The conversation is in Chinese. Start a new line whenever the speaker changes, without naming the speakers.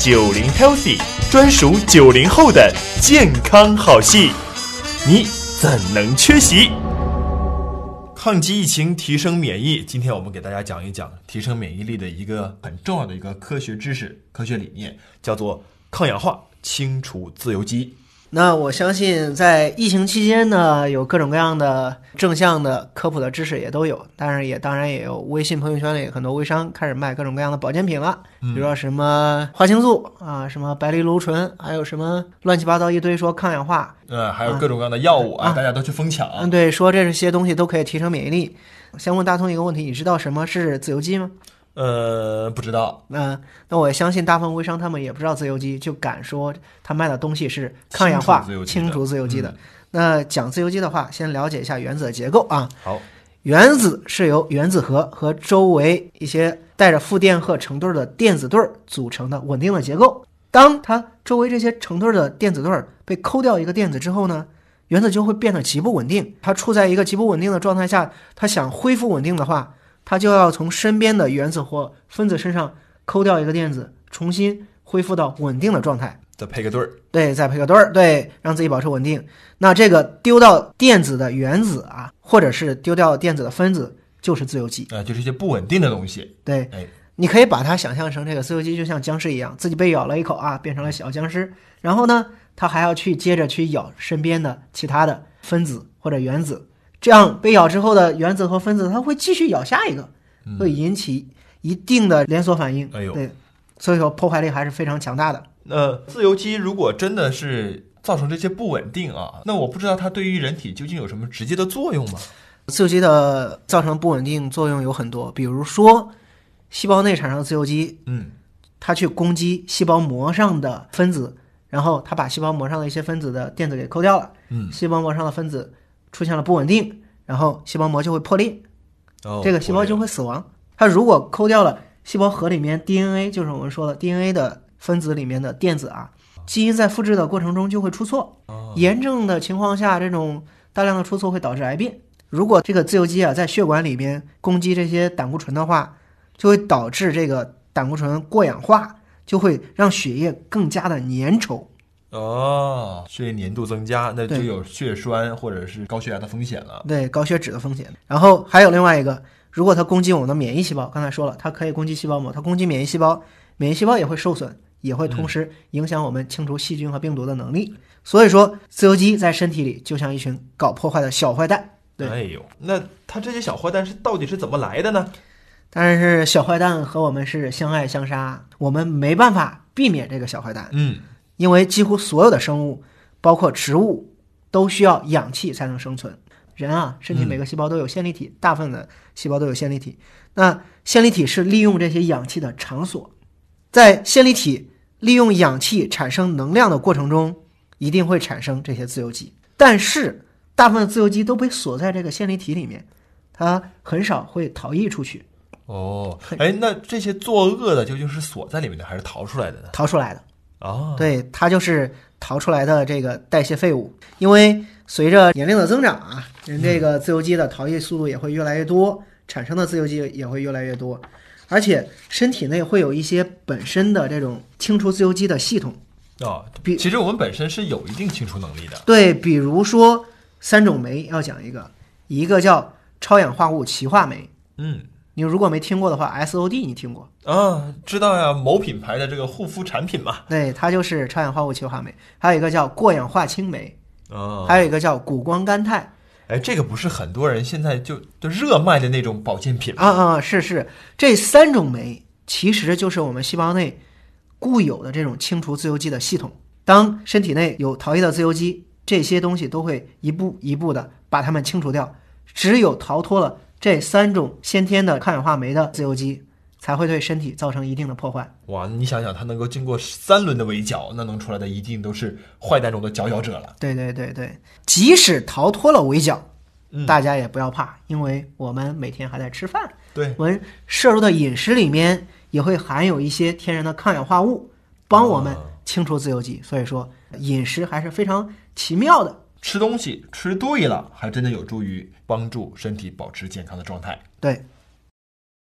九零 Healthy 专属九零后的健康好戏，你怎能缺席？抗击疫情，提升免疫。今天我们给大家讲一讲提升免疫力的一个很重要的一个科学知识、科学理念，叫做抗氧化，清除自由基。
那我相信，在疫情期间呢，有各种各样的正向的科普的知识也都有，但是也当然也有微信朋友圈里很多微商开始卖各种各样的保健品了，比如说什么花青素啊，什么白藜芦醇，还有什么乱七八糟一堆说抗氧化，
呃，还有各种各样的药物啊，
啊
大家都去疯抢。
嗯，对，说这些东西都可以提升免疫力。先问大通一个问题，你知道什么是自由基吗？
呃，不知道
嗯、那我相信大部分微商他们也不知道自由基，就敢说他卖的东西是抗氧化
清除自由、基的嗯
清除自由基的。那讲自由基的话，先了解一下原子的结构啊。
好，
原子是由原子核和周围一些带着负电荷成对儿的电子对儿组成的稳定的结构。当它周围这些成对儿的电子对儿被抠掉一个电子之后呢，原子就会变得极不稳定。它处在一个极不稳定的状态下，它想恢复稳定的话，它就要从身边的原子或分子身上抠掉一个电子，重新恢复到稳定的状态。
再配个对儿。
对，再配个对儿，对，让自己保持稳定。那这个丢到电子的原子啊，或者是丢掉电子的分子，就是自由基。
呃，就是一些不稳定的东西。
对
哎，
你可以把它想象成这个自由基就像僵尸一样，自己被咬了一口啊，变成了小僵尸。然后呢，它还要去接着去咬身边的其他的分子或者原子，这样被咬之后的原子和分子，它会继续咬下一个，会引起一定的连锁反应。
哎呦
对，所以说破坏力还是非常强大的。
那、自由基如果真的是造成这些不稳定啊，那我不知道它对于人体究竟有什么直接的作用吗？
自由基的造成不稳定作用有很多，比如说细胞内产生的自由基，
嗯，
它去攻击细胞膜上的分子，然后它把细胞膜上的一些分子的电子给抠掉了，
嗯，
细胞膜上的分子出现了不稳定，然后细胞膜就会破裂，
哦
这个细胞就会死亡。它如果抠掉了细胞核里面 DNA，就是我们说的 DNA 的分子里面的电子啊，基因在复制的过程中就会出错。炎症的情况下，这种大量的出错会导致癌变。如果这个自由基啊在血管里面攻击这些胆固醇的话，就会导致这个胆固醇过氧化，就会让血液更加的粘稠。
哦，血液粘度增加，那就
对
有血栓或者是高血压的风险了。
对高血脂的风险。然后还有另外一个，如果它攻击我们的免疫细胞，刚才说了，它可以攻击细胞膜，它攻击免疫细胞，免疫细胞也会受损，也会同时影响我们清除细菌和病毒的能力。所以说，自由基在身体里就像一群搞破坏的小坏蛋。对
哎呦，那它这些小坏蛋是到底是怎么来的呢？
但是小坏蛋和我们是相爱相杀，我们没办法避免这个小坏蛋，
嗯，
因为几乎所有的生物，包括植物，都需要氧气才能生存。人啊，身体每个细胞都有线粒体，大部分的细胞都有线粒体。那线粒体是利用这些氧气的场所，在线粒体利用氧气产生能量的过程中，一定会产生这些自由基。但是，大部分的自由基都被锁在这个线粒体里面，它很少会逃逸出去。
哦，哎，那这些作恶的究竟是锁在里面的，还是逃出来的呢？
逃出来的。
啊，
对，它就是逃出来的这个代谢废物。因为随着年龄的增长啊，人这个自由基的逃逸速度也会越来越多，产生的自由基也会越来越多，而且身体内会有一些本身的这种清除自由基的系统。
哦，
比
其实我们本身是有一定清除能力的。
对，比如说三种酶要讲一个，一个叫超氧化物歧化酶，
嗯，
你如果没听过的话，SOD 你听过？
啊，知道呀，某品牌的这个护肤产品嘛。
对，它就是超氧化物歧化酶。还有一个叫过氧化氢酶，
啊，
还有一个叫谷胱甘肽。
哎，这个不是很多人现在就就热卖的那种保健品
啊啊，是是，这三种酶其实就是我们细胞内固有的这种清除自由基的系统。当身体内有逃逸的自由基，这些东西都会一步一步的把它们清除掉。只有逃脱了这三种先天的抗氧化酶的自由基，才会对身体造成一定的破坏。
哇，你想想，它能够经过三轮的围剿，那能出来的一定都是坏蛋中的佼佼者了。
对对对对，即使逃脱了围剿，
嗯
大家也不要怕，因为我们每天还在吃饭。
对，
我们摄入的饮食里面也会含有一些天然的抗氧化物，帮我们
啊
清除自由基。所以说，饮食还是非常奇妙的。
吃东西吃对了，还真的有助于帮助身体保持健康的状态。
对，